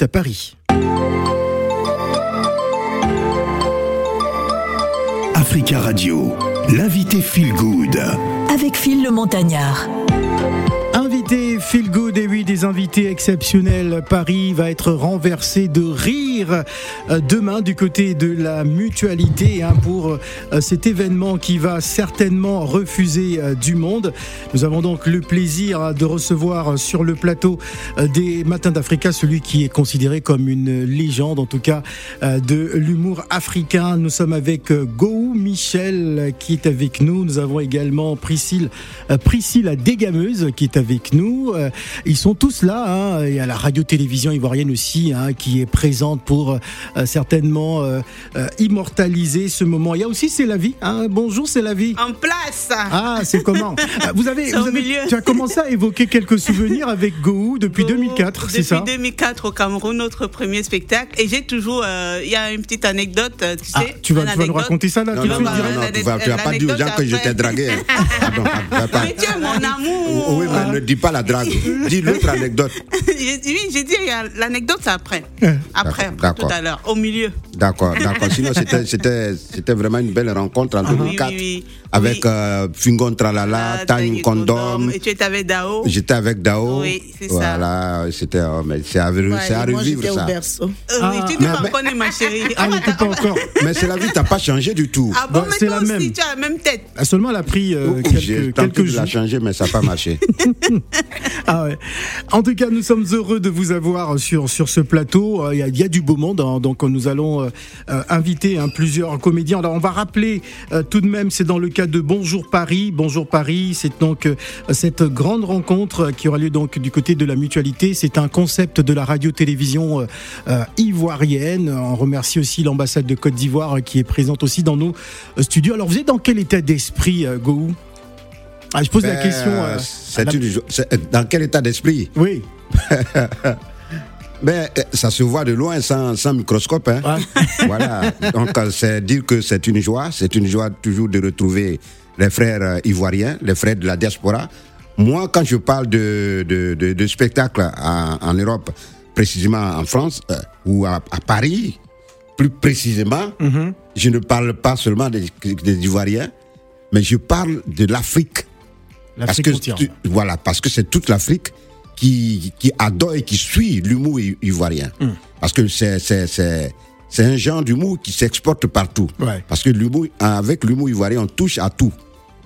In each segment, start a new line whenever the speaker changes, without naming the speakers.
à Paris.
Africa Radio, l'invité Feel Good.
Avec Phil le Montagnard.
Invité Feel Good et oui, des invités exceptionnels. Paris va être renversé de rire euh, demain du côté de la mutualité hein, pour euh, cet événement qui va certainement refuser euh, du monde. Nous avons donc le plaisir hein, de recevoir euh, sur le plateau euh, des Matins d'Africa celui qui est considéré comme une légende, en tout cas, euh, de l'humour africain. Nous sommes avec euh, Gohou Michel euh, qui est avec nous. Nous avons également Priscille, euh, Priscilla Dégameuse qui est avec nous. Euh, Ils sont tous là. Hein. Il y a la radio-télévision ivoirienne aussi hein, qui est présente pour euh, certainement euh, euh, immortaliser ce moment. Il y a aussi C'est la vie. Hein. Bonjour, C'est la vie.
En place
Ah, c'est comment Euh, Vous avez,
C'est
vous
au
avez-
milieu.
tu as commencé à évoquer quelques souvenirs avec Gohou depuis
Go-
2004, c'est ça
Depuis 2004 au Cameroun, notre premier spectacle. Et j'ai toujours. euh, Il y a une petite anecdote, euh, tu sais.
Ah, tu vas, tu vas
une
nous
anecdote.
raconter ça là
Non,
tout de
non,
suite
non,
direct
non,
tu vas- tu vas pas dire aux gens que je t'ai dragué. Pardon, pardon, pardon.
Mais Ah, tu Ah. es mon amour
Oui, mais ne dis pas la drague. Dis l'autre anecdote.
J'ai dit- Oui, j'ai dit, il y a l'anecdote, c'est après. Après,
D'accord.
tout à l'heure, au milieu.
D'accord, d'accord. Sinon, c'était- c'était c'était vraiment une belle rencontre en 2004
Ah, Oui, oui, oui.
avec
Oui.
euh, Fingon Tralala,
Ah,
Tang
Tang
Condom.
Et tu étais avec Dao.
J'étais avec Dao.
Oui, c'est ça.
voilà, c'était oh, mais c'est à, re- c'est à
et moi,
revivre
j'étais
ça.
au berceau.
Euh, oui,
Ah.
tu te
Mais- mais-
reconnais, ma chérie.
Ah,
On
il
va
n'écoute
t'a-
pas encore.
Mais c'est la vie, t'as pas changé du tout.
Ah bon,
Bah,
mais
c'est
toi
la même.
aussi, tu as la même tête.
Ah, Seulement, elle a pris euh,
Ouh, J'ai
quelques,
tenté
quelques
de la
jours.
changer, mais ça n'a pas marché.
Ah ouais. En tout cas, nous sommes heureux de vous avoir sur, sur ce plateau. Euh, Il y, a- il y a du beau monde, hein. donc euh, nous allons euh, euh, inviter hein, plusieurs comédiens. Alors, on va rappeler euh, tout de même, c'est dans le cas de Bonjour Paris. Bonjour Paris, c'est donc euh, cette grande rencontre euh, qui aura lieu donc du côté de la mutualité. C'est un concept de la radio-télévision euh, euh, ivoirienne. On remercie aussi l'ambassade de Côte d'Ivoire euh, qui est présente aussi dans nos euh, studios. Alors, vous êtes dans quel état d'esprit, euh, Gohou ah, je pose la
Euh,
question. euh,
c'est
la-
une jo- c'est- dans quel état d'esprit
Oui.
Ben, euh, ça se voit de loin sans, sans microscope. Hein. voilà. Donc, euh, c'est dire que c'est une joie. C'est une joie toujours de retrouver les frères euh, ivoiriens, les frères de la diaspora. Moi, quand je parle de, de, de, de spectacle en, en Europe, précisément en France euh, ou à, à Paris, plus précisément,
Mm-hmm.
je ne parle pas seulement des, des Ivoiriens, mais je parle de l'Afrique. Parce
L'Afrique
que,
entière.
tu- voilà, parce que c'est toute l'Afrique qui, qui adore et qui suit l'humour i- ivoirien. Parce que c'est, c'est, c'est, c'est un genre d'humour qui s'exporte partout.
Ouais.
Parce que l'humour, avec l'humour ivoirien, on touche à tout.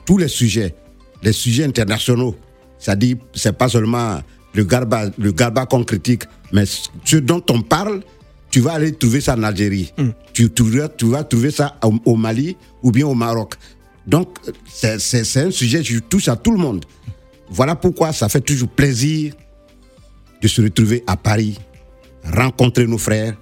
Tous les sujets. Les sujets internationaux. C'est-à-dire, c'est pas seulement le garba, le garba qu'on critique, mais ce dont on parle, tu vas aller trouver ça en Algérie. Tu, tu vas- tu vas trouver ça au, au Mali ou bien au Maroc. Donc, c'est- c'est c'est un sujet qui touche à tout le monde. Voilà pourquoi ça fait toujours plaisir de se retrouver à Paris, rencontrer nos frères,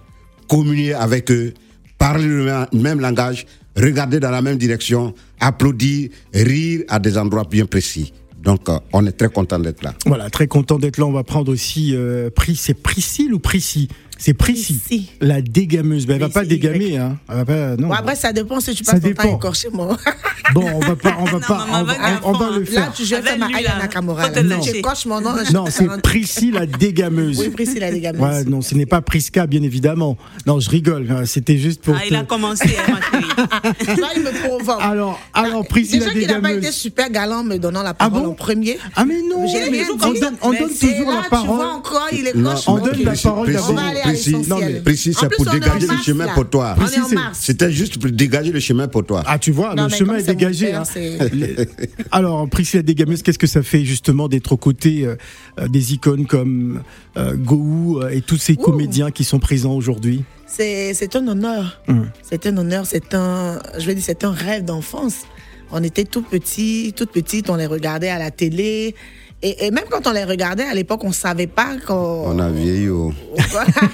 communier avec eux, parler le même- même langage, regarder dans la même direction, applaudir, rire à des endroits bien précis. Donc, euh, on est très content d'être là.
Voilà, très content d'être là. On va prendre aussi euh, Pris. C'est Priscille ou Prissy C'est Prissy.
Prissy.
La dégameuse. Ben, elle va
Prissy,
pas dégamer, hein. Elle va pas. Non.
Bon, après, ça dépend si tu
Ça
passes ton temps
dépend.
à écorcher moi.
Bon, on va pas. On va
Non,
pas.
maman,
on va-
va dire
on- on va
enfant,
le
Là,
faire.
tu gères
Avec
comme
lui, hein. là.
Ayana Kamora.
Faut te
là.
lâcher.
J'écorche mon nom.
Non, c'est Prissy la dégameuse.
Oui, Priscilla, les gamins.
Ouais, non, ce n'est pas Prisca, bien évidemment. Non, je rigole. hein, C'était juste pour.
Ah, il a
te-
commencé, hein, ma chérie.
Là, il me provoque.
Alors, alors Priscilla
Déjà qu'il n'a pas
Dégameuse.
été super galant en me donnant la
Ah
parole
bon
en premier.
Ah mais non,
J'ai mis-
on donne, on
Mais
donne
c'est
toujours la
là, Tu vois
parole.
encore, il est
Non,
coche.
on donne la parole
Précis,
d'abord.
On va aller à
précis,
l'essentiel.
non, mais précis,
En
c'est
plus,
pour
on est en
dégager le
mars,
chemin
là.
pour toi.
On
Précis,
est en
c'est-
mars.
C'était juste pour dégager le chemin pour toi.
Ah, tu vois,
Non,
le
mais
chemin
comme
est
c'est mon
dégagé.
père,
hein.
c'est-
Les- Alors, Priscilla Dégameuse, qu'est-ce que ça fait justement d'être aux côtés euh, euh, des icônes comme euh, Gohou euh, et tous ces comédiens qui sont présents aujourd'hui
C'est c'est un honneur.
Mm.
C'est un honneur, c'est un, je veux dire, c'est un rêve d'enfance. On était tout petits, toutes petites, on les regardait à la télé. Et, et même quand on les regardait à l'époque, on savait pas qu'on.
On a vieilli. oh.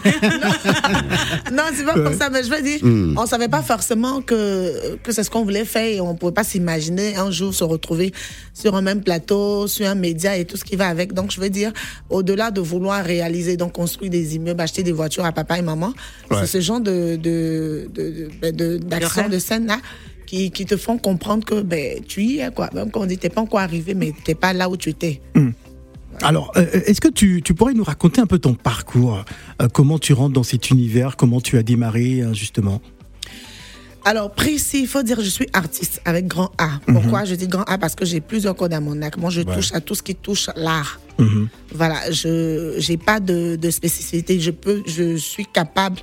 non, c'est pas pour ça, mais je veux dire, on savait pas forcément que, que c'est ce qu'on voulait faire et on pouvait pas s'imaginer un jour se retrouver sur un même plateau, sur un média et tout ce qui va avec. Donc, je veux dire, au-delà de vouloir réaliser, donc construire des immeubles, acheter des voitures à papa et maman,
Ouais.
c'est ce genre de, de, de, de- ben, de- d'action,
rêve.
de scène là. Qui, qui te font comprendre que ben, tu y es, quoi. Même quand on dit, t'es pas encore arrivé, mais t'es pas là où tu étais.
Alors, euh, est-ce que tu, tu pourrais nous raconter un peu ton parcours Euh, Comment tu rentres dans cet univers Comment tu as démarré, euh, justement
Alors, précis, il faut dire je suis artiste avec grand A.
Mhm.
Pourquoi je dis grand A Parce que j'ai plusieurs codes à mon arc. Moi, je touche à tout ce qui touche l'art.
Mhm.
Voilà, je n'ai pas de, de spécificité. Je, peux, je suis capable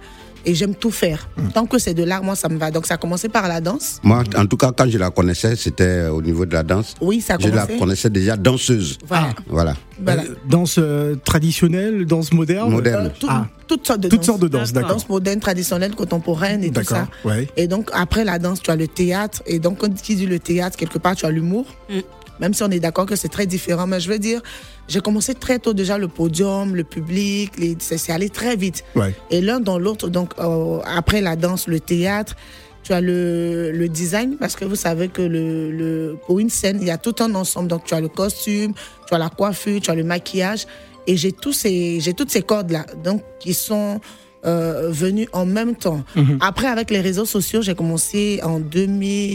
et j'aime tout faire.
Mhm.
Tant que c'est de l'art, moi, ça me va. Donc, ça a commencé par la danse.
Moi, en tout cas, quand je la connaissais, c'était au niveau de la danse.
Oui, ça a
Je la
commencé.
connaissais déjà danseuse.
Voilà.
Voilà.
Voilà.
Euh, Danse euh, traditionnelle, danse moderne
Moderne.
Euh, tout-
Ah.
Toutes sortes de
Toutes
danses.
sortes de danses,
D'accord.
d'accord.
Danse moderne, traditionnelle, contemporaine et tout
D'accord,
ça.
ouais.
Et donc, après la danse, tu as le théâtre. Et donc, quand tu dis le théâtre, quelque part, tu as l'humour. Même si on est d'accord que c'est très différent. Mais je veux dire, j'ai commencé très tôt déjà le podium, le public. les- C'est c'est allé très vite.
Ouais.
Et l'un dans l'autre, donc, euh, après la danse, le théâtre. Tu as le, le design, parce que vous savez que le, le- pour une scène, il y a tout un ensemble. Donc, tu as le costume, tu as la coiffure, tu as le maquillage. Et j'ai tous ces, j'ai toutes ces codes-là, donc, qui sont euh, venus en même temps. Après, avec les réseaux sociaux, j'ai commencé en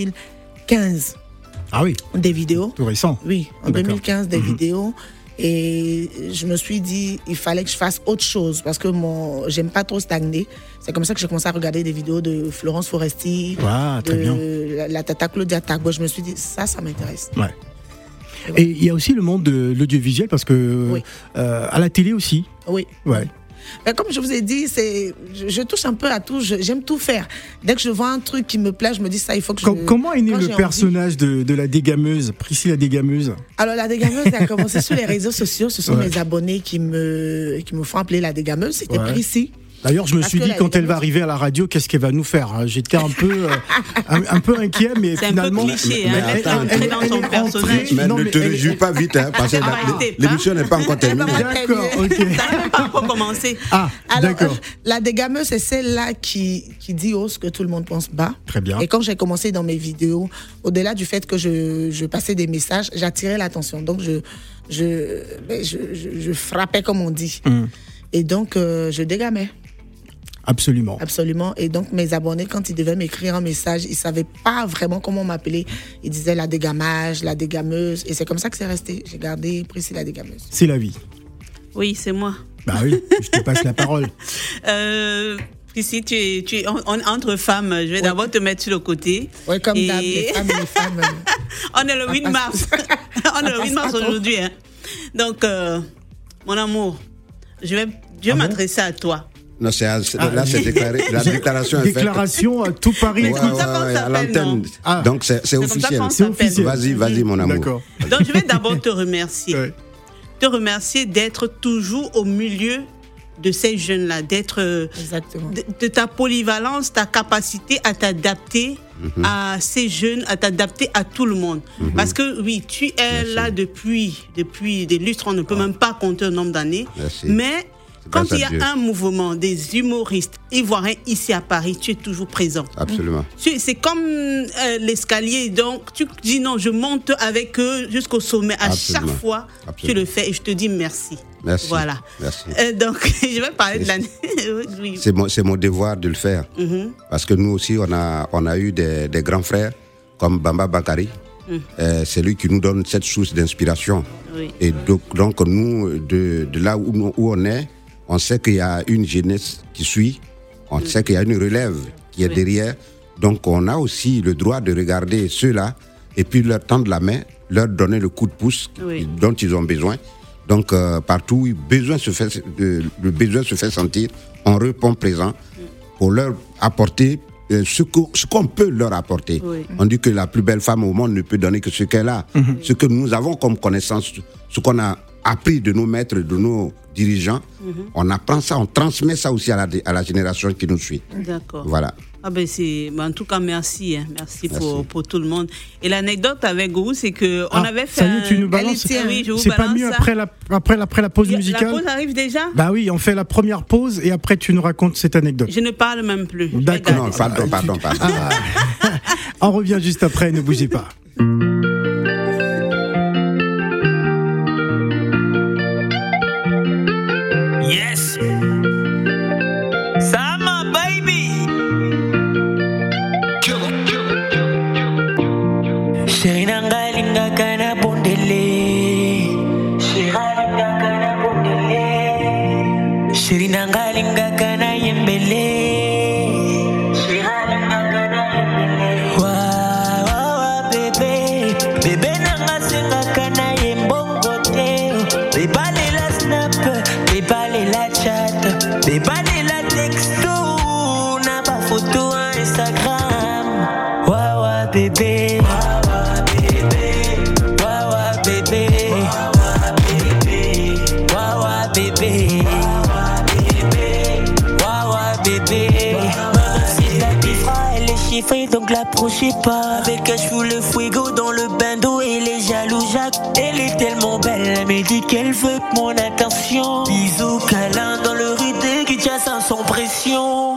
2015
Ah oui,
des vidéos.
tout récent. Ah,
Oui, en
D'accord. Mhm.
2015, des vidéos. Et je me suis dit, il fallait que je fasse autre chose parce que mon, j'aime pas trop stagner. C'est comme ça que j'ai commencé à regarder des vidéos de Florence Foresti,
Ah, très
de
bien.
La, la tata Claudia Tagbo. Je me suis dit, ça, ça m'intéresse.
Ouais. Et il y a aussi le monde de l'audiovisuel parce que
Oui.
euh, à la télé aussi.
Oui.
Ouais.
Mais comme je vous ai dit, c'est, je, je touche un peu à tout. Je- j'aime tout faire. Dès que je vois un truc qui me plaît, je me dis ça, il faut que je.
Com- comment est né
quand j'ai
le
envie.
personnage de, de la dégameuse, Priscilla dégameuse
Alors la dégameuse a commencé sur les réseaux sociaux. Ce sont
Ouais.
mes abonnés qui me qui me font appeler la dégameuse. C'était
Ouais.
précis.
D'ailleurs, je me
Parce
suis
que
dit
la
quand elle va
dégameuse-
arriver à la radio, qu'est-ce qu'elle va nous faire hein J'étais un peu euh, un, un peu inquiet, mais
C'est un peu
finalement.
cliché, hein,
d'être entré
dans son
est
personnage.
entrée-
Mais
non,
ne
mais
te
elle-
réjouis pas vite, hein, parce que
Ah,
la-
arrêtez pas.
l'émission n'est pas encore terminée.
D'accord, ok.
Ça n'a pas encore commencé.
Ah,
Alors,
d'accord.
euh, la dégameuse, c'est celle-là qui, qui dit haut ce que tout le monde pense bas.
Très bien.
Et quand j'ai commencé dans mes vidéos, au-delà du fait que je, je passais des messages, j'attirais l'attention. Donc, je, je, ben, je, je- je frappais, comme on dit.
Hmm.
Et donc, euh, je dégamais,
Absolument.
absolument. Et donc, mes abonnés, quand ils devaient m'écrire un message, ils ne savaient pas vraiment comment m'appeler. Ils disaient la dégamage, la dégameuse. Et c'est comme ça que c'est resté. J'ai gardé Priscilla dégameuse.
C'est la vie.
Oui, c'est moi.
Bah oui, je te passe la parole.
Euh, Priscille, tu es, tu es en- en- entre femmes. Je vais d'abord te mettre sur le côté.
Oui, comme
Et-
d'hab, les femmes, les femmes. euh,
On est le 8
passe-
mars. On est le 8 mars
trop.
aujourd'hui. hein. Donc, euh, mon amour, je vais, je vais m'adresser à toi.
Non, c'est, à- c'est- là, c'est déclaré. La déclaration est faite.
Ah, Déclaration à tout Paris.
Ouais,
écoute.
comme ça qu'on
ouais, ouais, à
s'appelle,
l'antenne.
non
Ah.
Donc, c'est, c'est
comme ça
officiel.
qu'on
C'est
s'appelle.
officiel.
Vas-y, vas-y, mon amour.
D'accord.
Donc, je vais d'abord te remercier.
Ouais.
Te remercier d'être toujours au milieu de ces jeunes-là, d'être euh,
Exactement.
de, de ta polyvalence, ta capacité à t'adapter à ces jeunes, à t'adapter à tout le monde. Parce que oui, tu es là depuis, depuis des lustres, on ne peut même pas compter un nombre d'années.
Merci.
Mais quand
grâce à
il y a
Dieu.
un mouvement des humoristes ivoiriens ici à Paris, tu es toujours présent.
Absolument.
Tu- C'est comme euh, l'escalier, donc tu dis non, je monte avec eux jusqu'au sommet. À
Absolument.
chaque fois, tu
Absolument.
le fais et je te dis merci.
Merci.
Voilà.
Merci.
Euh, donc, je vais parler de l'année. Oui.
C'est mon, c'est mon devoir de le faire.
Mhm,
Parce que nous aussi, on a, on a eu des, des grands frères comme Bamba Bakari. Euh, c'est lui qui nous donne cette source d'inspiration.
Mm. Oui.
Et donc, donc, nous, de, de là où, nous- où on est, on sait qu'il y a une jeunesse qui suit, on
Mm.
sait qu'il y a une relève qui est derrière. Donc on a aussi le droit de regarder ceux-là et puis leur tendre la main, leur donner le coup de pouce
Oui.
dont ils ont besoin. Donc euh, partout où besoin se fait, euh, le besoin se fait sentir, on répond présent pour leur apporter euh, ce que- ce qu'on peut leur apporter.
Oui.
On dit que la plus belle femme au monde ne peut donner que ce qu'elle a,
Mhm.
ce que nous avons comme connaissance, ce qu'on a appris de nos maîtres, de nos dirigeants.
mhm.
On apprend ça, on transmet ça aussi à la, à la génération qui nous suit.
D'accord.
Voilà.
Ah ben c'est, ben en tout cas merci, hein. merci,
Merci.
Pour, pour tout le monde. Et l'anecdote avec vous, c'est que on
Ah,
avait fait.
Ça y est, tu
un-
nous balances.
Elle est- oui, je vous
C'est pas
balance
mieux
ça.
après la, après, la- après la pause
La-
musicale
La pause arrive déjà.
Bah oui, on fait la première pause et après tu nous racontes cette anecdote.
Je ne parle même plus.
D'accord. Ah,
Non, pardon, pardon, pardon.
On revient juste après, ne bougez pas.
Yes. Sama baby. Sherina ngalinga kana bondele. Sherina
C'est pas des la texto, n'a pas photo à Instagram. Wawa bébé. Wawa bébé. Wawa bébé. Wawa bébé. Wawa bébé. Wawa bébé. Maman, c'est la bifra, elle est chiffrée, donc l'approchez pas. Avec un chou, le fuego dans le bando et les jaloux Jacques. Elle est tellement belle, elle me dit qu'elle veut mon attention. Bisous, câlin dans le rue de Kinshasa sans son pression.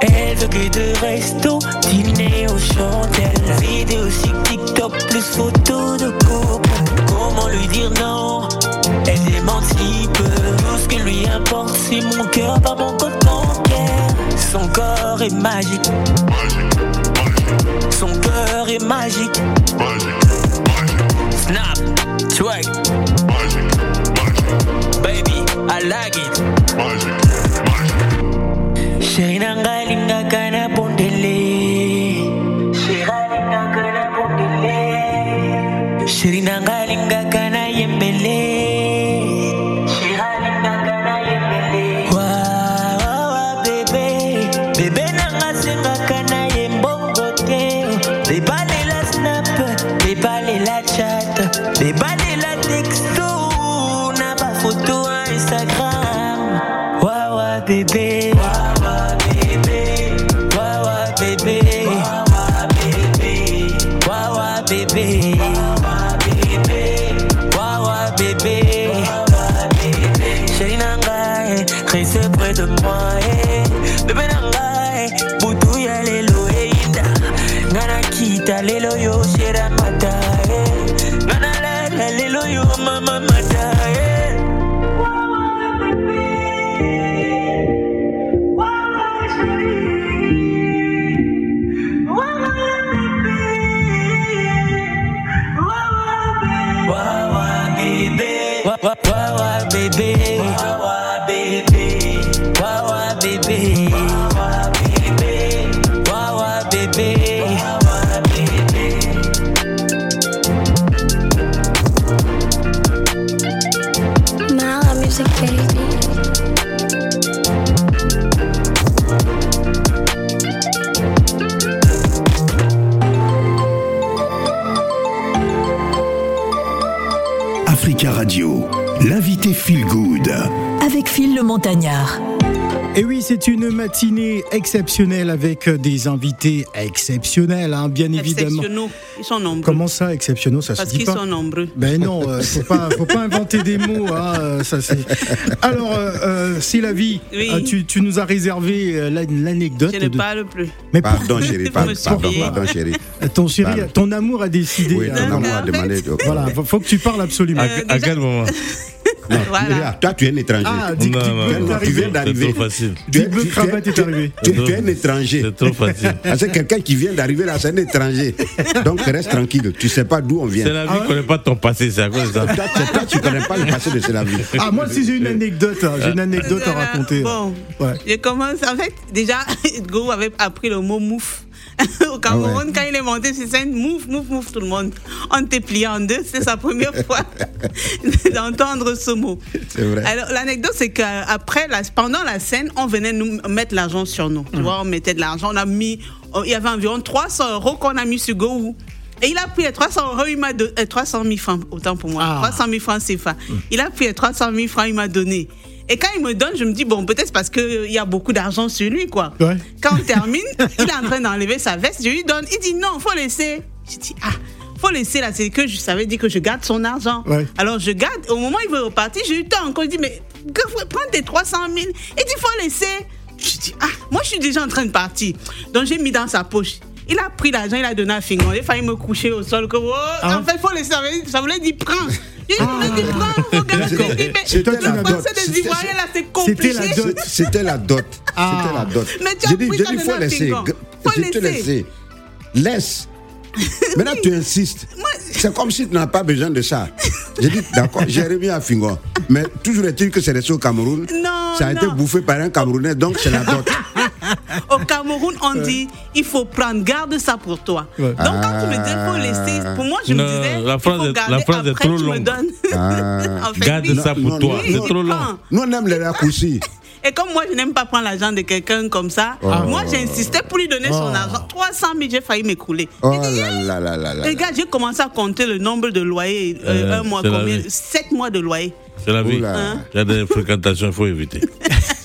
Elle veut que de resto, dîner aux chandelles. Vidéo chic, TikTok, plus photos de couple. Comment lui dire non Elle demande si peu. Tout ce qui lui importe, c'est mon cœur, pas mon compte bancaire. Son corps est magique. Son cœur est magique.
Snap, swag, baby, I like it.
Chérie nanga lingaka na bondele Chérie nanga lingaka na yembele Wa, wa, wa, bébé. Bébé nanga sengaka na ye mbongo te. Bebalela snap, bebalela chat, bebalela texto na bafoto à Instagram. Wawa bébé, wawa bébé, wawa bébé, wawa bébé, wawa bébé, wawa bébé, wawa bébé, wawa bébé. Chérie Nanga, eh, reste près de moi, eh. bébé Nanga, eh, Boutouya lelo einda, Nana kita lelo yo shera mata, eh. Nana lala lelo yo mama mata, eh. Wawa bébé, wawa wawa bébé, wawa bébé, wawa bébé, wawa bébé, wawa bébé, wawa bébé.
Mala music baby.
Africa Radio, l'invité Feel Good.
Avec Phil le Montagnard.
Et Eh oui, c'est une matinée exceptionnelle avec des invités exceptionnels, hein, bien évidemment.
Exceptionnaux. Ils sont nombreux.
Comment ça, exceptionnaux, ça
Parce
se dit
qu'ils
pas
sont nombreux.
Ben non, euh, faut pas, faut pas inventer des mots. hein, euh, ça c'est. Alors, euh, euh, c'est la vie.
Oui.
Euh, tu, tu nous as réservé euh, l'an- l'anecdote.
Je ne
de-
parle plus.
Mais pour-
Pardon, chérie. par-
Monsieur
Pardon,
Pierre.
pardon, chérie.
ton chéri,
Pardon.
ton amour a décidé.
Oui,
hein.
ton amour a
D'accord.
demandé. euh,
Voilà, faut- faut que tu parles absolument.
À, à quel moment
Non,
Voilà.
Léa, Toi, tu es un étranger.
Ah, dis, dis-
non, non.
t'arrives.
Tu viens d'arriver.
C'est trop facile.
Tu es-
Dites-le,
tu- tu es-
cravate est
tu-
arrivée.
Tu tu es un étranger.
C'est trop facile.
Ah, c'est quelqu'un qui vient d'arriver là, c'est un étranger. Donc reste tranquille, tu sais pas d'où on
C'est
vient.
la vie qu'on n'est pas ton passé, c'est à cause de ça.
Toi, tu- toi, tu connais pas le passé de Célavie.
Ah, moi, si
Euh,
j'ai une anecdote, hein, j'ai une anecdote à
Voilà.
raconter. hein.
Bon,
Ouais.
je commence. En fait, déjà, Go avait appris le mot mouf. Au Cameroun,
Ah
quand il est monté sur scène, mouf, mouf, mouf, tout le monde. On t'est plié en deux. C'est sa première fois d'entendre ce mot.
C'est vrai.
Alors, l'anecdote, c'est qu'après, la, pendant la scène, on venait nous mettre l'argent sur nous. Tu vois, on mettait de l'argent. On a mis, oh, il y avait environ 300 euros qu'on a mis sur Go. Et il a pris les 300 euros, il m'a donné, euh, 300 000 francs, autant pour moi,
Ah.
300 000 francs CFA. Il a pris les 300 000 francs, il m'a donné. Et quand il me donne, je me dis, bon, peut-être parce qu'il y a beaucoup d'argent sur lui, quoi.
Ouais.
Quand on termine, il est en train d'enlever sa veste, je lui donne, il dit, non, faut laisser. Je dis, ah, faut laisser là, c'est que je savais dire que je garde son argent.
Ouais.
Alors je garde, au moment où il veut repartir, j'ai eu temps encore, il dit, mais que- prends tes 300 000. Il dit, faut laisser. Je dis, ah, moi je suis déjà en train de partir. Donc j'ai mis dans sa poche. Il a pris l'argent, il a donné à Fingon. Il a failli me coucher au sol. Que, oh,
Ah.
En fait, faut laisser. Ça voulait- Ça voulait dire, prends. J'ai dit, dit, prends, faut garder.
D'accord.
Mais
C'était
le
la
français
dot.
des Ivoiriens, là, c'est
C'était
compliqué.
la dot.
C'est- C'était la dot.
Ah.
C'était la dot.
Mais tu as
J'ai dit,
pris
j'ai
ça
dit,
de
faut
la
laisser.
finger.
Gr-
Faut
J'ai tout laissé.
laisser.
Laisse. Maintenant, tu insistes. C'est comme si tu n'as pas besoin de ça. J'ai dit, d'accord, j'ai remis à Fingon. Mais toujours est-il que c'est resté au Cameroun.
Non,
ça a été
non.
bouffé par un Camerounais, donc c'est la dot.
Au Cameroun, on dit il faut prendre, garde ça pour toi.
Ouais.
Donc, quand tu me disais
Ah.
faut laisser, pour moi, je
Non,
me disais
la phrase est-
il faut
la
garder,
phrase est
après,
trop
tu me
longue.
donnes.
Ah.
En fait,
Garde
oui.
ça pour
non,
toi,
non,
c'est
non.
trop long.
Prends.
Nous, on aime les raccourcis.
Et comme moi, je n'aime pas prendre l'argent de quelqu'un comme ça,
Oh.
moi, j'insistais pour lui donner son
Oh.
argent. 300 000, j'ai failli m'écouler.
Oh là là là là là.
Les gars, j'ai commencé à compter le nombre de loyers. euh,
Euh,
un mois,
c'est la
combien
vie.
Sept mois de loyer.
C'est la vie.
Oula.
Il y a des fréquentations, il faut éviter.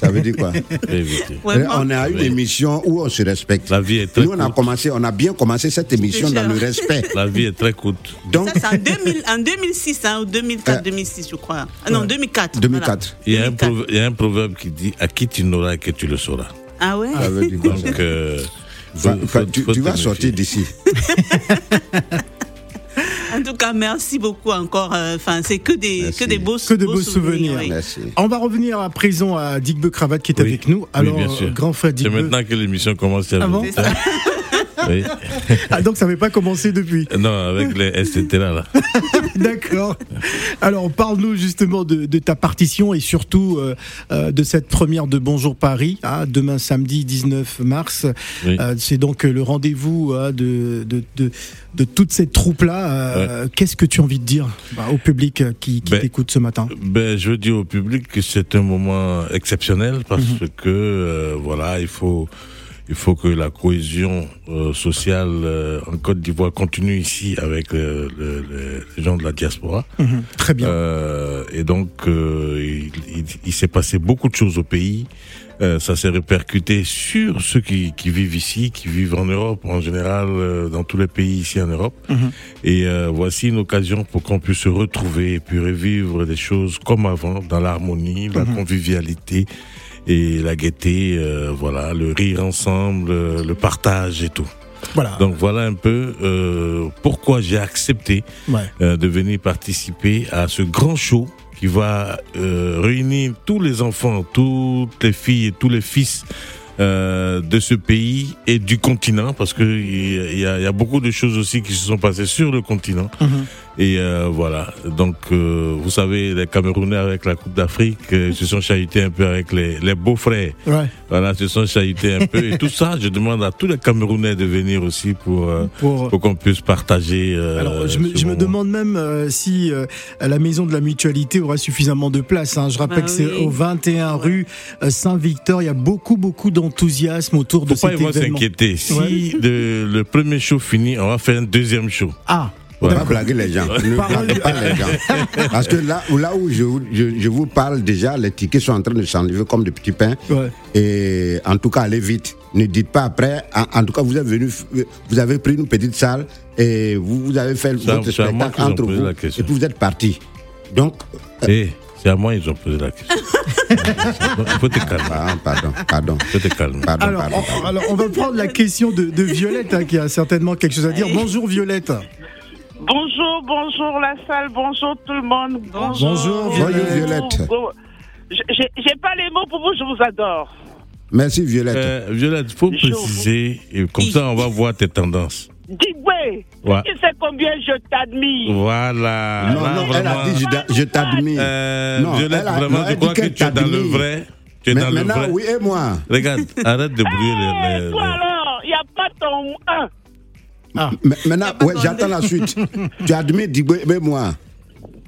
Ça veut dire quoi
Faut éviter.
Ouais, moi,
Eh, On est à une émission où on se respecte.
La vie est très
Nous, on a
courte.
commencé, on a bien commencé cette émission dans le respect.
La vie est très courte.
Donc,
Ça, c'est en, 2000 en 2006, hein, ou 2004,
Euh,
2006, je crois. Ah non, 2004.
2004.
Il y, a un
2004.
proverbe, il y a un proverbe qui dit à qui tu n'auras que tu le sauras.
Ah ouais
ça veut dire quoi, ça
Donc, euh,
Va-
faut-
va-
faut-
tu,
faut
tu
te
vas
méfier.
sortir d'ici.
En tout cas, merci beaucoup encore. euh, Enfin, c'est que des,
Merci.
que des beaux,
Que de beaux souvenirs.
oui.
Merci.
On va revenir à présent à Dick Cravate qui est
Oui.
avec nous.
Oui,
Alors,
bien sûr.
grand frère Dick
C'est maintenant que l'émission commence. c'est
Ah bon
avec- Oui.
Ah, donc ça n'avait pas commencé depuis.
Non, avec les etc. Là.
D'accord. Alors, parle-nous justement de, de ta partition et surtout euh, euh, de cette première de Bonjour Paris, hein, demain samedi 19 mars.
Oui.
Euh, C'est donc euh, le rendez-vous hein, de, de, de, de toute cette troupe-là. Euh, Qu'est-ce que tu as envie de dire bah, au public euh, qui, qui
Ben,
t'écoute ce matin
Ben, je veux dire au public que c'est un moment exceptionnel parce que euh, voilà, il faut il faut que la cohésion euh, sociale euh, en Côte d'Ivoire continue ici avec euh, le- le- les gens de la diaspora.
Mhm. Très bien.
Euh, et donc, euh, il, il- il s'est passé beaucoup de choses au pays. Euh, ça s'est répercuté sur ceux qui, qui vivent ici, qui vivent en Europe, en général, euh, dans tous les pays ici en Europe.
Mhm.
Et euh, voici une occasion pour qu'on puisse se retrouver et puis revivre des choses comme avant, dans l'harmonie,
Mhm.
la convivialité et la gaieté, euh, voilà, le rire ensemble, euh, le partage et tout.
voilà.
Donc voilà un peu euh, pourquoi j'ai accepté
Ouais.
euh, de venir participer à ce grand show qui va euh, réunir tous les enfants, toutes les filles et tous les fils euh, de ce pays et du continent, parce que il y a- il y, a- il y a beaucoup de choses aussi qui se sont passées sur le continent.
Mhm.
Et euh, voilà, donc euh, vous savez, les Camerounais avec la Coupe d'Afrique euh, se sont chahutés un peu avec les, les beaux-frères.
Ouais.
Voilà, se sont chahutés un peu. Et tout ça, je demande à tous les Camerounais de venir aussi pour... euh,
Pour-
pour qu'on puisse partager. euh,
Alors, je me,
ce
je me
moment.
demande même euh, si euh, la maison de la mutualité aura suffisamment de place. hein. Je rappelle
Bah
que c'est
oui.
au 21
Ouais.
rue euh, Saint-Victor. Il y a beaucoup, beaucoup d'enthousiasme autour de
Faut pas
cet
avoir
événement.
s'inquiéter. Si
Ouais.
le, le premier show finit, on va faire un deuxième show.
Ah,
On
Ouais.
va blaguer les gens. Ne
Parole-
blaguez pas les gens. Parce que là, là où je, vous- je, je vous parle déjà, les tickets sont en train de s'enlever comme des petits pains.
Ouais.
Et en tout cas, allez vite. Ne dites pas après. En, en tout cas, vous êtes venu, vous avez pris une petite salle et vous, vous avez fait
C'est à-
votre
c'est à moi
spectacle
qu'ils ont
entre
posé
vous.
la
Et puis
question.
vous êtes parti. Donc,
Eh, c'est à moi, ils ont posé la question. Donc, Il faut te calmer.
ah, pardon, pardon,
Il faut te calmer.
pardon,
alors,
pardon.
on, alors, on va prendre la question de, de Violette hein, qui a certainement quelque chose à dire. Bonjour Violette.
Bonjour, bonjour la salle, bonjour tout le monde. Bonjour.
Bonjour,
Bonjour Violette.
Go- J'ai- J'ai j'ai pas les mots pour vous, je vous adore.
Merci Violette.
Euh, Violette, faut
Chaud.
préciser, et comme ça on va voir tes tendances.
Digwe,
Ouais.
tu sais combien je t'admire.
Voilà.
non,
Là,
non, elle a
vraiment.
dit je, je t'admire.
Euh,
Non,
Violette,
elle a-
vraiment,
non,
je
elle
crois
dit
que
qu'elle
tu es dans le
t'admire.
vrai. Tu es
Mais
dans le
maintenant,
vrai.
oui et moi.
Regarde, arrête de
Eh,
brûler les- les-
toi
les...
alors, il n'y a pas ton un.
ah.
M- Maintenant, ouais, j'attends la suite. tu admets Digwe et moi.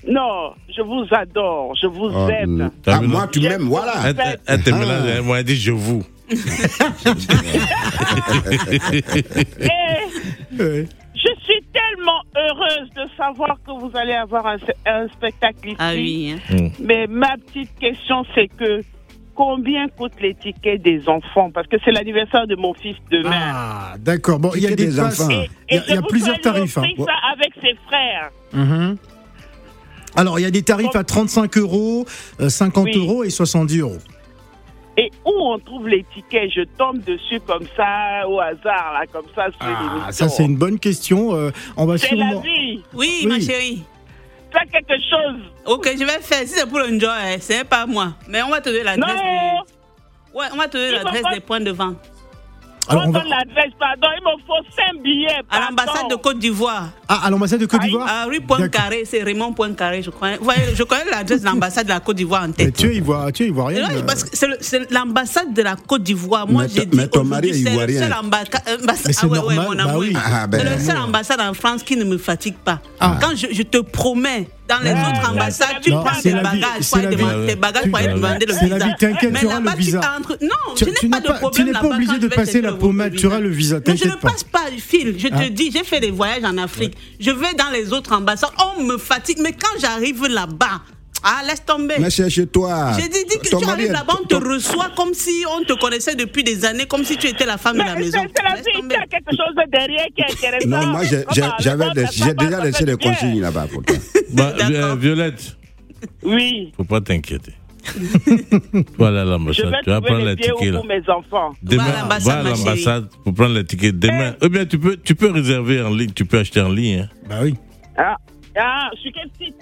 Non, je vous adore, je vous
Oh,
aime.
T'as
ah,
vu,
moi,
non
tu m'aimes, voilà.
Elle, elle- elle te
Ah.
mélange avec hein. moi, elle dit je vous.
Et
Ouais.
Eh, je suis tellement heureuse de savoir que vous allez avoir un, un spectacle ici.
Ah oui. hein.
Mm.
Mais ma petite question, c'est que combien coûtent les tickets des enfants Parce que c'est l'anniversaire de mon fils demain.
Ah, d'accord. Bon, il y a
Ticket
des,
des
places.
enfants.
Et,
Il y a,
et
il y a
je vous
plusieurs
ferai
tarifs. hein.
offrir ça avec ses frères.
Mhm. Alors, il y a des tarifs à 35 euros, euh, 50
Oui.
euros et 70 euros.
Et où on trouve les tickets Je tombe dessus comme ça, au hasard, là, comme ça, sur
Ah,
l'émission.
ça c'est une bonne question. Euh, on va
C'est la
sûrement.
vie.
Oui, ma
Oui.
chérie.
Fais quelque chose.
Ok, je vais faire. Si c'est pour le joie, hein, c'est pas moi. Mais on va te donner
Non
l'adresse. des- Ouais, on va te donner
Il faut
l'adresse
pas-
des points de vente.
Alors, on va-
Prends l'adresse, pardon. Il me faut 5 billets.
À
pardon.
l'ambassade de Côte d'Ivoire.
Ah, à l'ambassade de Côte d'Ivoire.
À rue Poincaré, c'est Raymond Poincaré, je connais. Voyez, je connais l'adresse de l'ambassade de la Côte d'Ivoire en
Mais
tête.
tu es ivoirien, tu es ivoirien.
Ouais,
euh,
parce que c'est le- c'est l'ambassade de la Côte d'Ivoire. Moi,
Mais
j'ai
ton-
dit
mais ton mari
aujourd'hui,
est
c'est le
ivoirien.
seul euh, Ah ambassadeur.
Mais c'est normal, bah oui.
Ah, ben,
c'est le seul
amour.
ambassade en France qui ne me fatigue pas.
Ah.
Quand je, je te promets Dans les
Ah.
autres ambassades, tu prends tes bagages pour aller demander tes bagages pour aller demander le visa.
T'inquiète, tu
Mais
auras
là-bas,
le
tu
visa.
entres. Non, je
tu
n'ai pas de
tu
problème.
n'es pas
là-bas
obligé de
quand je vais te
passer la
dire
pommade, tu auras le visa.
non, je ne
t'inquiète pas.
passe pas, Phil. Je
Ah.
Hein
te dis, j'ai fait des voyages en Afrique. Je vais dans les autres ambassades. On me fatigue. Mais quand j'arrive là-bas, ah, laisse tomber.
Mais c'est chez toi.
J'ai dit, dit que
Ton
tu
mari
arrives
est-
là-bas, on te reçoit comme si on te connaissait depuis des années, comme si tu étais la femme de la maison.
Il y a quelque chose derrière qui est intéressant.
Non, moi, j'ai- j'ai- j'avais des- j'ai déjà laissé des consignes là-bas pour toi.
Bah, euh, Violette.
Oui.
Faut pas t'inquiéter. voilà
Je vais
l'ambassade. Tu vas
trouver
prendre
les
les
billets
tickets
où
là.
pour mes enfants.
Demain, va à l'ambassade pour prendre les tickets. Demain, eh bien, tu peux, tu peux réserver en ligne, tu peux acheter en ligne. hein.
Bah oui.
Ah, ah, sur quel site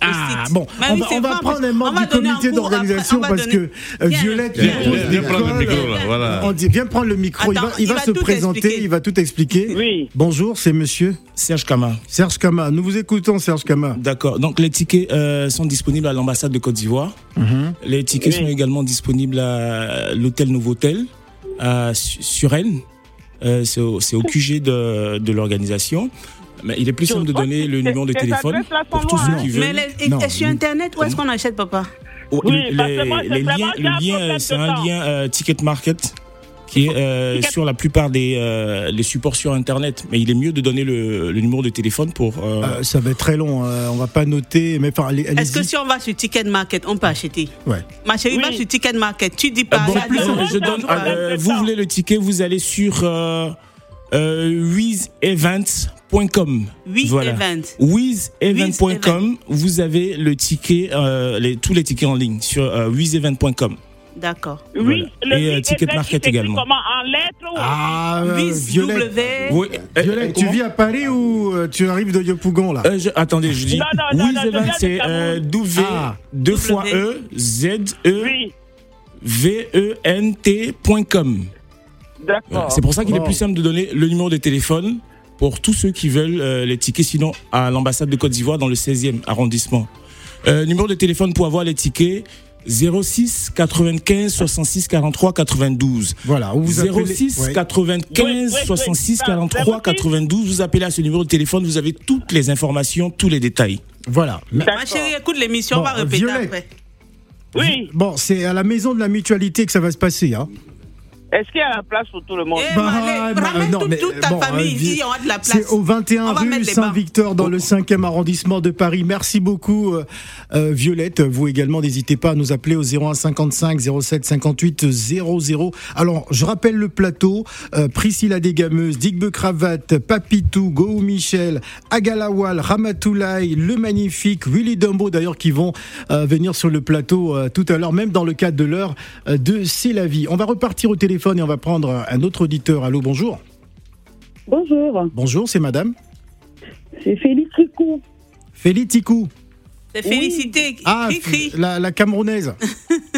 Ah bon,
Bah
on
oui,
va,
c'est
on va
vrai,
prendre
parce-
un membre
on va
du
donner un
comité
cours après,
d'organisation
on va
parce
donner-
que euh, Violette
Viens,
pose
viens,
des
viens prendre le
cols.
micro, là, voilà.
On dit, viens prendre le micro, il va,
Attends,
il
il
va
va
se
tout
présenter,
expliquer.
il va tout expliquer.
Oui.
Bonjour, c'est monsieur
Serge Kama.
Serge Kama. Nous vous écoutons, Serge Kama.
D'accord. Donc les tickets euh, sont disponibles à l'ambassade de Côte d'Ivoire.
Mm-hmm.
Les tickets sont également disponibles à l'hôtel Novotel à Su- Suresnes. Euh, c'est au, c'est au QG de, de l'organisation. Mais il est plus simple de donner le numéro de téléphone pour tous ceux qui
Mais
veulent.
les- et- et sur Internet, où est-ce qu'on achète, papa
Oh, le- les, les liens, le lien, euh, c'est un lien euh, Ticket Market qui est euh, sur la plupart des euh, les supports sur Internet. Mais il est mieux de donner le, le numéro de téléphone pour. euh,
Euh, ça va être très long, euh, on va pas noter, mais enfin, allez-
Est-ce que
allez-y.
si on va sur Ticket Market, on peut acheter
Ouais.
Ma chérie, va sur Ticket Market. Tu dis pas.
Bon,
là,
euh,
non,
je donne-
non,
euh, vous voulez le ticket, vous allez sur euh, euh, wizevents.com.
Wizevent.
Wizevent.com. Vous avez le ticket, euh, les- tous les tickets en ligne sur euh, wizevent.com.
D'accord.
Oui, Voilà. le Et, euh, Ticket Ticket Market Market également.
Comment en lettres ou
Ah, euh,
Vis-
Violette,
W.
Oui, euh,
Violette,
euh,
tu
comment
vis à Paris ou euh, tu arrives de Yopougon là
Euh, je- attendez, je dis.
Non, non, non, non, je viens
Wizevent,
du
c'est
Cameroun.
euh, W,
Ah.
2 fois
W.
E, Z, E, V, E, N, T.com. Voilà. Euh, C'est pour ça qu'il est
Bon.
plus simple de donner le numéro de téléphone pour tous ceux qui veulent euh, les tickets, sinon à l'ambassade de Côte d'Ivoire dans le 16e arrondissement. Euh, numéro de téléphone pour avoir les tickets 06 95 66 43 92.
Voilà, ou vous appelez-
06
ouais.
95 66 43 92. Vous appelez à ce numéro de téléphone, vous avez toutes les informations, tous les détails.
Voilà.
Ma chérie, écoute l'émission, on
Bon,
va répéter
Violette.
après.
Oui.
Bon, c'est à la maison de la mutualité que ça va se passer. Hein.
Est-ce qu'il y a la place pour tout le monde
Eh,
Bah, bah, non, mais, bon, euh, vi- C'est au 21
On va
rue
mettre les bains.
Saint-Victor dans le 5e arrondissement de Paris. Merci beaucoup euh, euh, Violette. Vous également, n'hésitez pas à nous appeler au 01 55 07 58 00. Alors, je rappelle le plateau. Euh, Priscilla Desgameuses, Digbe Cravate, Papitou, Go Michel, Agalawal, Ramatoulaye, Le Magnifique, Willy Dumbo d'ailleurs qui vont euh, venir sur le plateau euh, tout à l'heure, même dans le cadre de l'heure euh, de C'est la vie. On va repartir au téléphone et on va prendre euh, un autre auditeur. Allô, bonjour.
Bonjour,
Bonjour, c'est madame
c'est Félix Ricou.
Félie Ticou.
C'est félicité.
Ah,
Cri-cri.
la, la Camerounaise.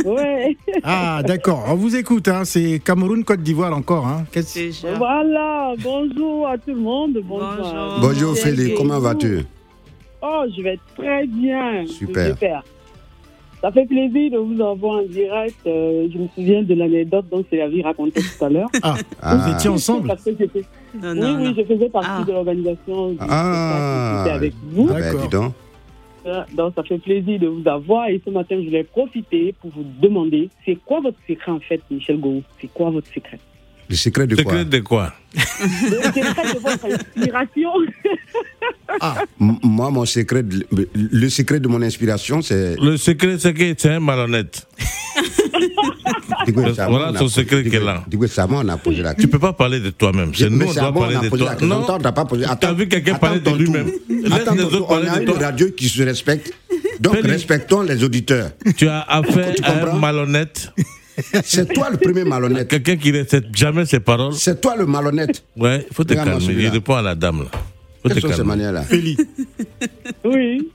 Ouais.
Ah, d'accord. On vous écoute. Hein. C'est Cameroun, Côte d'Ivoire encore. Hein. Qu'est-ce-
Voilà, bonjour à tout le monde. Bonjour.
Bonjour Félix, comment vas-tu
Oh, je vais très bien.
Super.
Ça fait plaisir de vous avoir en direct. Euh, je me souviens de l'anecdote dont c'est la vie racontée tout à l'heure.
Ah, vous étiez ensemble
Parce que j'étais-
non, Ah.
oui, oui, je faisais partie de l'organisation. du spectacle, j'étais avec vous.
Ah ben, dis donc. Ah.
Euh, Donc, ça fait plaisir de vous avoir. Et ce matin, je voulais profiter pour vous demander c'est quoi votre secret, en fait, Michel Gou C'est quoi votre secret
Le secret de quoi
Secret de quoi
Le secret de votre inspiration
M- Moi, mon secret, de- le secret de mon inspiration, c'est.
Le secret, c'est que c'est un malhonnête. voilà ton secret qu'elle a.
Dis-moi, ça, moi, on a posé la
Tu peux pas parler de toi-même. C'est nous, on doit parler de toi.
Non, t'as pas posé. T'as vu quelqu'un parler de lui-même. Attends,
les autres
tonton,
parler
on a
de
une
toi.
radio qui se respecte. Donc, respectons les auditeurs.
Tu as affaire
Tu
à un
comprends
malhonnête.
C'est toi le premier malhonnête.
Quelqu'un qui ne respecte jamais ses paroles.
C'est toi le malhonnête.
Ouais, faut te
Regarde-moi
calmer.
celui-là.
Il répond à la dame là. Faut te
Quelles sont ces
calmer.
manières-là
Oui.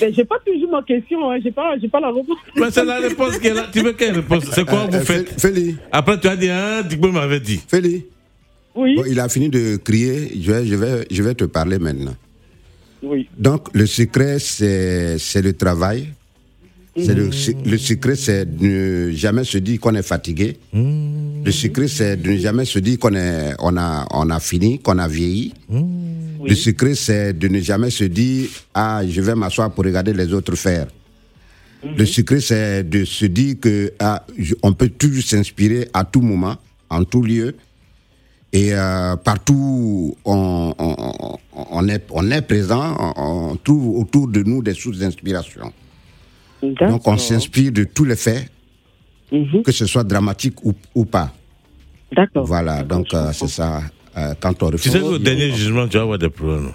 Mais j'ai pas toujours ma question, hein. j'ai pas, j'ai pas la réponse.
Mais c'est la réponse qu'elle a. Tu veux quelle réponse C'est quoi
Euh,
vous faites
Félix.
Après, tu as dit, hein, Digbo m'avait dit.
Félix.
Oui.
il a fini de crier. Je vais, je vais, je vais te parler maintenant.
Oui.
Donc, le secret, c'est c'est le travail. C'est le, se- le secret, c'est de ne jamais se dire qu'on est fatigué. Le secret, c'est de ne jamais se dire qu'on est, on a, on a fini, qu'on a vieilli. Le secret, c'est de ne jamais se dire Ah, je vais m'asseoir pour regarder les autres faire.
Mhm.
Le secret, c'est de se dire que ah, je- on peut toujours s'inspirer à tout moment, en tout lieu, et euh, partout où on, on- on- on est, on est présent, on, on trouve autour de nous des sources d'inspiration. Donc on s'inspire de tous les faits, que ce soit dramatique ou, ou pas.
Mhm. D'accord.
Voilà, donc euh, c'est ça. euh, quand on
Tu
réfléchit.
sais qu'au dernier jugement, tu vas avoir des problèmes.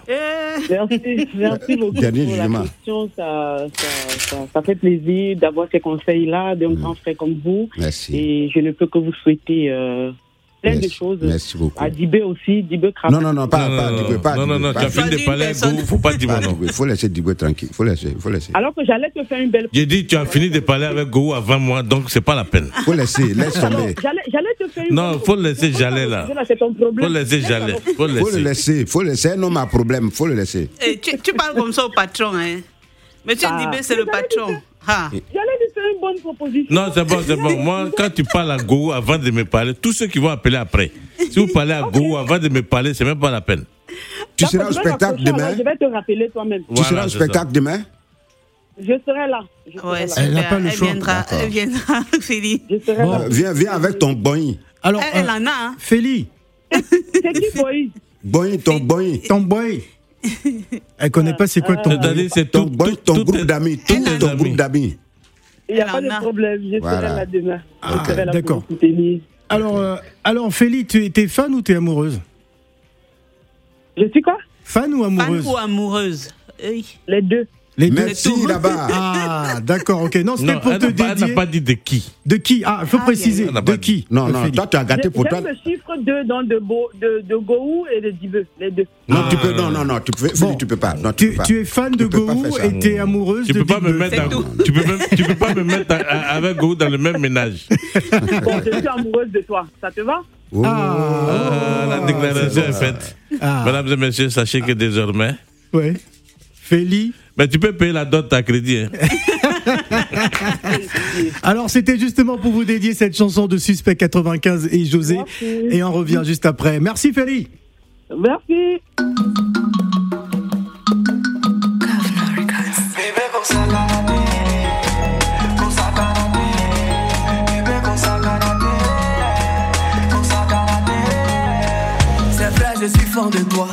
Merci, merci beaucoup
Dernier
pour
jugement.
la question. Ça, ça, ça, ça fait plaisir d'avoir ces conseils-là d'un grand frère comme vous.
Mm. Merci.
Et je ne peux que vous souhaiter euh, plein de choses.
Merci beaucoup.
À Dibé aussi, Dibé Krabbe.
Non, non, non, pas, pas, Diboué, pas
non, non,
Diboué,
non,
pas
tu as fini
Diboué.
de parler, Pas Diboué. Go, faut pas dire
Pas
non.
Diboué, faut laisser Diboué tranquille, faut laisser, faut laisser.
Alors que j'allais te faire une belle.
J'ai dit, tu as fini de parler avec Go avant moi, donc c'est pas la peine.
Faut laisser, laisse
Alors, j'allais j'allais te faire une
Non, faut le laisser Jalais là.
belle. C'est ton
Faut
problème.
le laisser Jalais. Faut le
Faut le
laisser.
laisser, faut le laisser, c'est un homme à problème, faut le laisser.
Eh, tu, tu parles comme ça au patron, hein. Monsieur
Ah.
Dibé, c'est le patron. Ah.
J'allais te faire une bonne proposition.
Non, c'est bon, c'est bon. Moi, quand tu parles à Go avant de me parler, tous ceux qui vont appeler après, si vous parlez à Go avant de me parler, c'est même pas la peine.
Tu
D'accord,
seras au
je vais
spectacle
m'approcher, alors
demain
Je vais te rappeler toi-même.
Tu seras au
c'est ça.
spectacle demain
Je serai là. Je serai
Ouais,
là.
super.
n'a pas le
elle
choix.
viendra,
D'accord.
elle viendra, Félix.
Je serai
Bon.
là.
Euh, Viens, viens avec ton boy. Ah,
Alors,
Elle, elle
euh,
en a, hein.
Feli,
C'est qui, Boy
Boy, ton boy.
ton boy. Elle connaît pas c'est quoi ton boy.
C'est-à-dire, c'est
Ton
tout.
boy,
Euh, tout-
ton
tout
groupe
est-
d'amis, tout
tout est
ton
ami.
groupe d'amis.
Il n'y a
Elle
pas
en a.
de problème. Je
Voilà.
serai là demain.
Ah,
je serai là
d'accord.
pour vous soutenir.
Alors, euh, alors Feli, tu étais fan ou t'es amoureuse
Je suis quoi
Fan ou
Fan
amoureuse
ou amoureuse Oui.
Les deux.
Les deux.
Merci là-bas.
Ah, d'accord, ok. Non, c'était
Non,
pour
elle
te
n'a pas- elle n'a
dédier.
pas dit de qui.
De qui Ah, il faut
Ah,
préciser.
elle n'a
De
pas
qui
Non, non,
Feli
toi tu as gâté
J'ai-
pour toi.
J'aime le chiffre 2 dans de, Beau- de, de Gohou et de Dibeu. Les deux.
Non, tu peux, non, non, non, tu peux, Philippe, tu peux pas. Non, tu,
tu,
peux pas.
tu es euh, fan de
Tu peux pas
Gohou
faire ça.
et t'es amoureuse
Tu
de
peux pas
Big
me
Bang.
mettre,
C'est
à-
tout.
tu peux même- tu peux pas me mettre à- à- avec Go dans le même ménage.
Ah.
Bon, je suis amoureuse de toi. Ça te va
Oh.
Ah, la déclaration est faite.
Ah,
Mesdames et messieurs, sachez que désormais,
ouais. Feli.
mais tu peux payer la dot à crédit. hein.
Alors, c'était justement pour vous dédier cette chanson de Suspect 95 et José.
Merci.
Et on revient juste après. Merci, Feli.
Merci.
Bébé Gonzaganate, Gonzaganate, bébé Gonzaganate, Gonzaganate. C'est vrai, je suis fort de toi,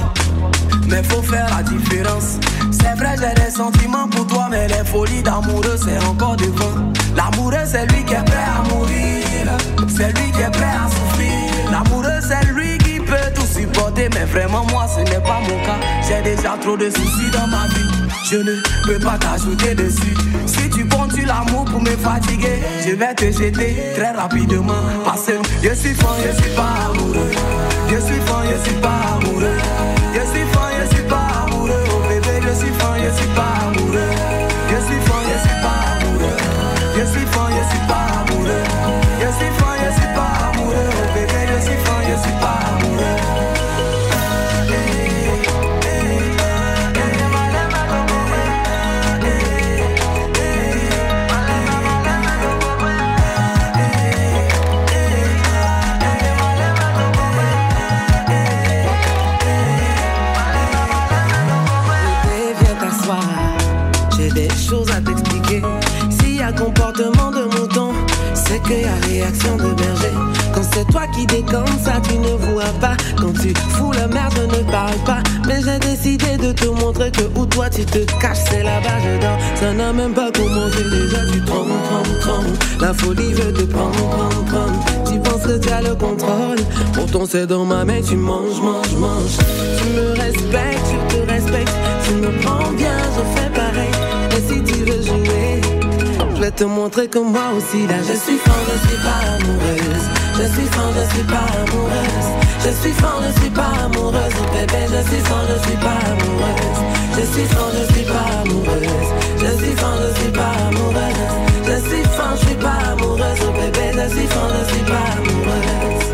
mais faut faire la différence. C'est vrai, j'ai des sentiments pour toi, mais les folies d'amoureux, c'est encore devant. L'amoureux, c'est lui qui est prêt à mourir, c'est lui qui est prêt à souffrir. L'amoureux, c'est lui qui peut tout supporter, mais vraiment, moi, ce n'est pas mon cas. J'ai déjà trop de soucis dans ma vie, je ne peux pas t'ajouter dessus. Si tu comptes sur l'amour pour me fatiguer, je vais te jeter très rapidement. Parce que je suis fan, je suis pas amoureux. Je suis fan, je suis pas amoureux. Je suis fan, je suis pas amoureux. Oh bébé, je suis fan, je suis pas amoureux. Je suis fan, je suis pas amoureux. Je suis fan, je suis pas amoureux. Je suis fan, je suis pas amoureux. Oh bébé, je suis fan, je suis pas amoureux. Bébé, viens t'asseoir. J'ai des choses à t'expliquer. S'il y a comportement de mouton, c'est que y a réaction de berger. Quand c'est toi qui déconne, ça tu ne vois pas. Quand tu fous la merde, ne parle pas. Mais j'ai décidé de te montrer que où toi tu te caches, c'est là-bas je dors. Ça n'a même pas commencé déjà. Tu trompes, trompes, trompes. La folie veut te prendre, prendre, prendre. Tu penses que tu as le contrôle. Pourtant c'est dans ma main, tu manges, manges, manges. Tu me respectes, je te respecte. Tu me prends bien, je fais pareil. Et si tu veux jouer, je vais te montrer que moi aussi là je suis fan, je suis pas amoureuse. Je suis fan, je suis pas amoureuse. Je suis fan, je suis pas amoureuse. Oh, bébé, je suis fan, je suis pas amoureuse. Je suis fan, je suis pas amoureuse. Je suis fan, je suis pas amoureuse. Je suis fan, je suis pas amoureuse. Oh, bébé, je suis fan, je suis pas amoureuse.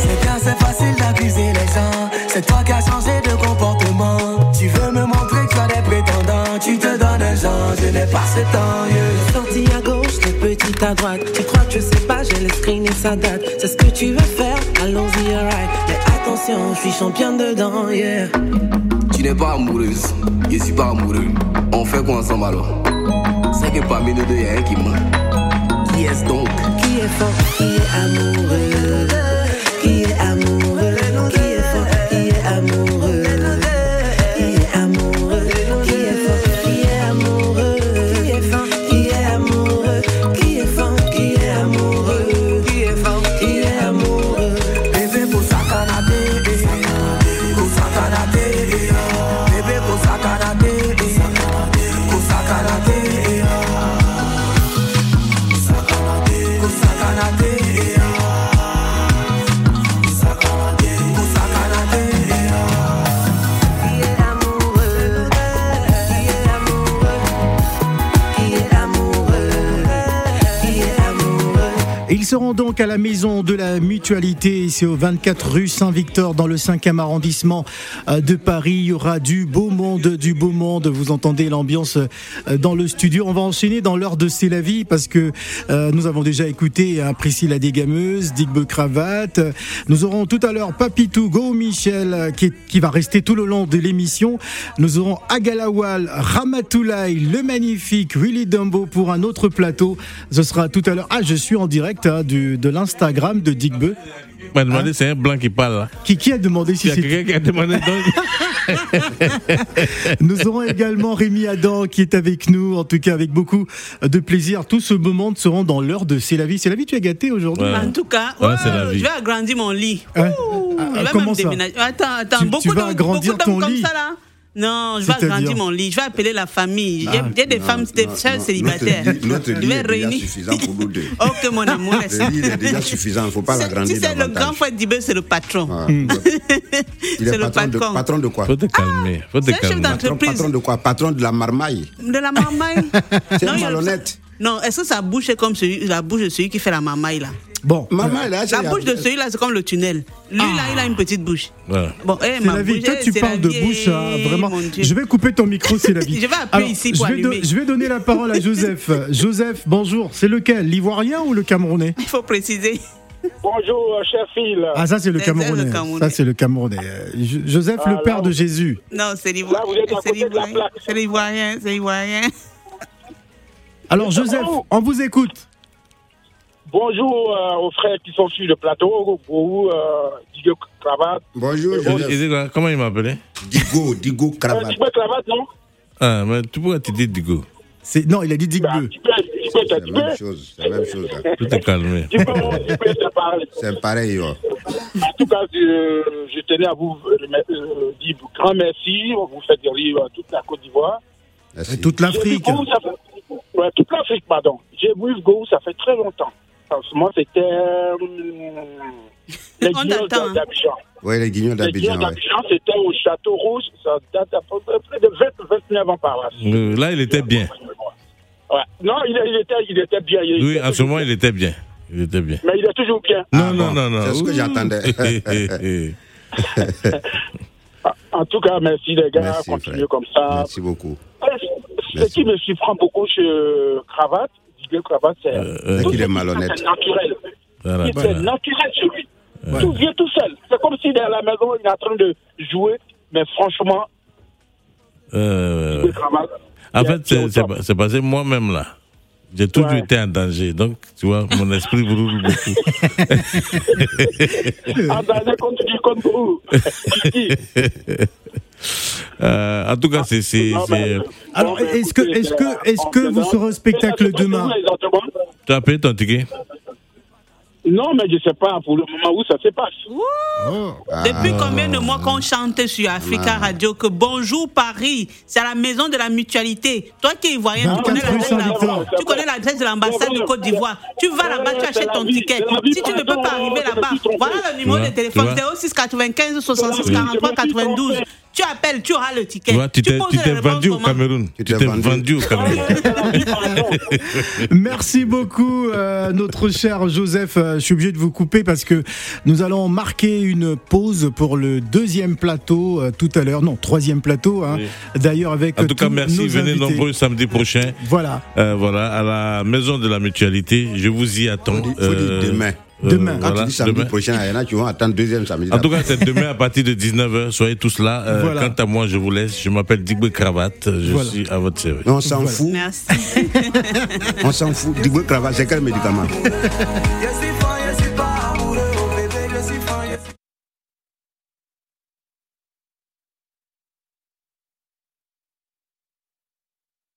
C'est bien, c'est facile d'accuser. n'ai pas ce temps, yeah.
Sorti à gauche, les petites à droite. Tu crois que je sais pas, j'ai le screen et ça date. C'est ce que tu veux faire, allons-y, alright. Mais attention, je suis championne dedans, yeah.
Tu n'es pas amoureuse, je suis pas amoureux. On fait quoi ensemble alors C'est que parmi nous deux, y a un qui manque. Qui est-ce donc
Qui est fort, qui est amoureux Qui est amoureux Qui est fort, qui est amoureux Qui est amoureux Qui est fort, qui est amoureux Qui est fort, qui est amoureux Qui est fort, qui est amoureux Qui est fort, qui est amoureux
Bébé pour sa canapé, pour sa canapé, bébé pour sa canapé, pour sa canapé, pour sa canapé, pour sa canapé.
Qui est amoureux Qui est amoureux Qui est amoureux Qui est amoureux
Ils seront donc à la maison de la mutualité, c'est au 24 rue Saint-Victor dans le 5e arrondissement euh, de Paris. Il y aura du beau monde, du beau monde. Vous entendez l'ambiance euh, dans le studio. On va enchaîner dans l'heure de C'est la vie parce que euh, nous avons déjà écouté hein, Priscilla Desgameuses, Digbe Cravate. Nous aurons tout à l'heure Papitou Go Michel euh, qui, est- qui va rester tout le long de l'émission. Nous aurons Agalawal, Ramatoulaye, le magnifique Willy Dumbo pour un autre plateau. Ce sera tout à l'heure. Ah, je suis en direct hein, du, de l'Instagram de Digbe.
Il m'a demandé, c'est un blanc qui parle là.
Qui, qui a demandé si
Il y a
c'était
quelqu'un qui a demandé. donc-
Nous aurons également Rémi Adam qui est avec nous, en tout cas avec beaucoup de plaisir. Tout ce moment seront dans l'heure de C'est la vie. C'est la vie, tu es gâté aujourd'hui.
En tout cas,
Ouais,
ouais,
c'est la vie.
je vais agrandir mon lit.
Hein
Ouh,
Ah,
je vais
comment
même
ça
déménager. Attends, attends,
Tu- tu
beaucoup
vas
d'hommes-
agrandir
beaucoup d'hommes
ton
comme
lit
ça là. Non, je vais
C'est-à-dire
agrandir mon lit. Je vais appeler la famille. J'ai
Ah,
j'ai des
non,
femmes, des
non,
sœurs
non,
célibataires.
notre lit- Notre
je
lit
vais
est déjà
réunir.
suffisant pour nous deux.
Oh, que mon amour est
Le lit il est déjà suffisant, il ne faut pas l'agrandir
Tu sais, le
davantage.
grand frère d'Ibé, c'est le patron.
Il
c'est
est
le
patron de,
patron.
patron de quoi Ah,
Faut te calmer. Faut te
c'est un chef
calmer.
patron,
d'entreprise.
patron de quoi Patron de la marmaille.
De la mamaille.
C'est
Non, il y a-
malhonnête.
Non, est-ce que sa bouche est comme celui- la bouche de celui qui fait la mamaille là
Bon,
Maman, là, c'est
La bouche de celui-là, c'est comme le tunnel. Lui, là, il a une petite bouche. Bon, eh,
C'est
ma
la vie.
bouche,
Toi,
eh,
tu
c'est la
parles de
vie,
bouche, hein,
eh,
vraiment.
mon Dieu.
Je vais couper ton micro, c'est la vie.
Je vais appuyer ici
je
pour
vais, don-
allumer.
je vais donner la parole à Joseph. Joseph, bonjour. C'est lequel L'Ivoirien ou le Camerounais
Il faut préciser.
Bonjour, euh, cher Phil.
Ah, ça, c'est le Camerounais. Ça, c'est le Camerounais. Euh, Jo- Joseph,
Ah,
le
là,
père de
vous-
Jésus.
Non, c'est l'Ivoirien. C'est l'Ivoirien. C'est l'Ivoirien. C'est l'Ivoirien.
Alors, Joseph, on vous écoute.
Bonjour euh, aux frères qui sont sur le plateau, pour euh, Didier Cravate.
Bonjour,
Il dit quoi Comment il m'appelait
Digo, Digo
Euh, Didier Cravate, non
Ah, mais tu pourrais te dire Digo.
C'est non, il a dit Digbe.
Didier, t'as dit
même chose, c'est la même chose. hein.
Tout est calmé.
C'est pareil. ouais.
En tout cas, je, je tenais à vous remer- euh, dire grand merci. On vous fait des rires à toute la Côte d'Ivoire.
Merci.
Toute l'Afrique.
J'ai vu Gou, ça fait- Ouais, toute l'Afrique, pardon. J'ai vu Go, ça fait très longtemps. En ce moment, c'était. euh, les
On
Guignols
t'attend, hein.
d'Abidjan.
Ouais, les guignols
Les Guignols
d'Abidjan. ouais.
d'Abidjan, c'était au Château Rouge. Ça date à peu près de 20, 29 ans par là.
Euh, Là, il était bien.
Ouais. Non, il, il était, il était bien. Il
Oui,
était
en ce moment, il était bien. Il était bien.
Mais il est toujours bien.
Non, non, non, non.
Ah, c'est ce que
Ouh. Eh,
j'attendais.
En tout cas, merci les gars.
Merci,
Continuez
frère.
comme ça.
Merci beaucoup.
Ce qui me surprend beaucoup chez euh, Cravate, Didier Cravate, c'est
Euh,
C'est
tout
qu'il
ce
est
qui
malhonnête.
C'est naturel.
Ah,
Voilà,
Il
hein.
voilà.
est naturel chez lui. Tout vient tout seul. C'est comme si dans la maison, il est en train de jouer. Mais franchement,
Euh,
Didier Cravate.
En fait, c'est- c'est pas- c'est passé moi-même là. J'ai toujours été en danger. Donc, tu vois, mon esprit brûle beaucoup.
Ah, ben, quand tu dis comme vous.
Euh, en tout cas, c'est. c'est- c'est-
Alors, est-ce que, est-ce que, est-ce que vous serez au spectacle demain
Tu as payé ton ticket
Non, mais je ne sais pas pour le moment où ça se passe.
Depuis combien de mois qu'on chante sur Africa Radio que bonjour Paris, c'est à la maison de la mutualité. Toi qui es ivoirien, tu connais
24 rue
l'adresse de la-
Saint-Victor.
tu connais l'adresse de l'ambassade de Côte d'Ivoire. Tu vas là-bas, tu achètes ton ticket. Si tu ne peux pas arriver là-bas, voilà le numéro
Ouais,
de
tu vois.
téléphone, c'est au 695 66 43 92. Tu appelles, tu auras le ticket.
Ouais, tu t'es
poses
tu
la
t'es
réponse
vendu au
comment
Cameroun. Tu t'es vendu au Cameroun.
Merci beaucoup, euh, notre cher Joseph. Euh, Je suis obligé de vous couper parce que nous allons marquer une pause pour le deuxième plateau euh, tout à l'heure. Non, troisième plateau. hein. D'ailleurs, avec
En tout cas,
tous
merci.
nos
Venez
invités.
nombreux samedi prochain.
Voilà.
Euh, voilà, à la maison de la mutualité. Je vous y attends. Euh,
faut dire demain.
demain.
Quand tu dis samedi prochain, il y en a qui vont attendre deuxième samedi.
En tout cas, c'est demain à partir de 19h. Soyez tous là. Euh,
Voilà.
Quant à moi, je vous laisse. Je m'appelle Digbe Cravate. Je
Voilà.
suis à votre service.
On s'en fout.
Merci.
On s'en fout. Digwe Cravate, c'est quel médicament
Yes, if I, yes, if I. Oh,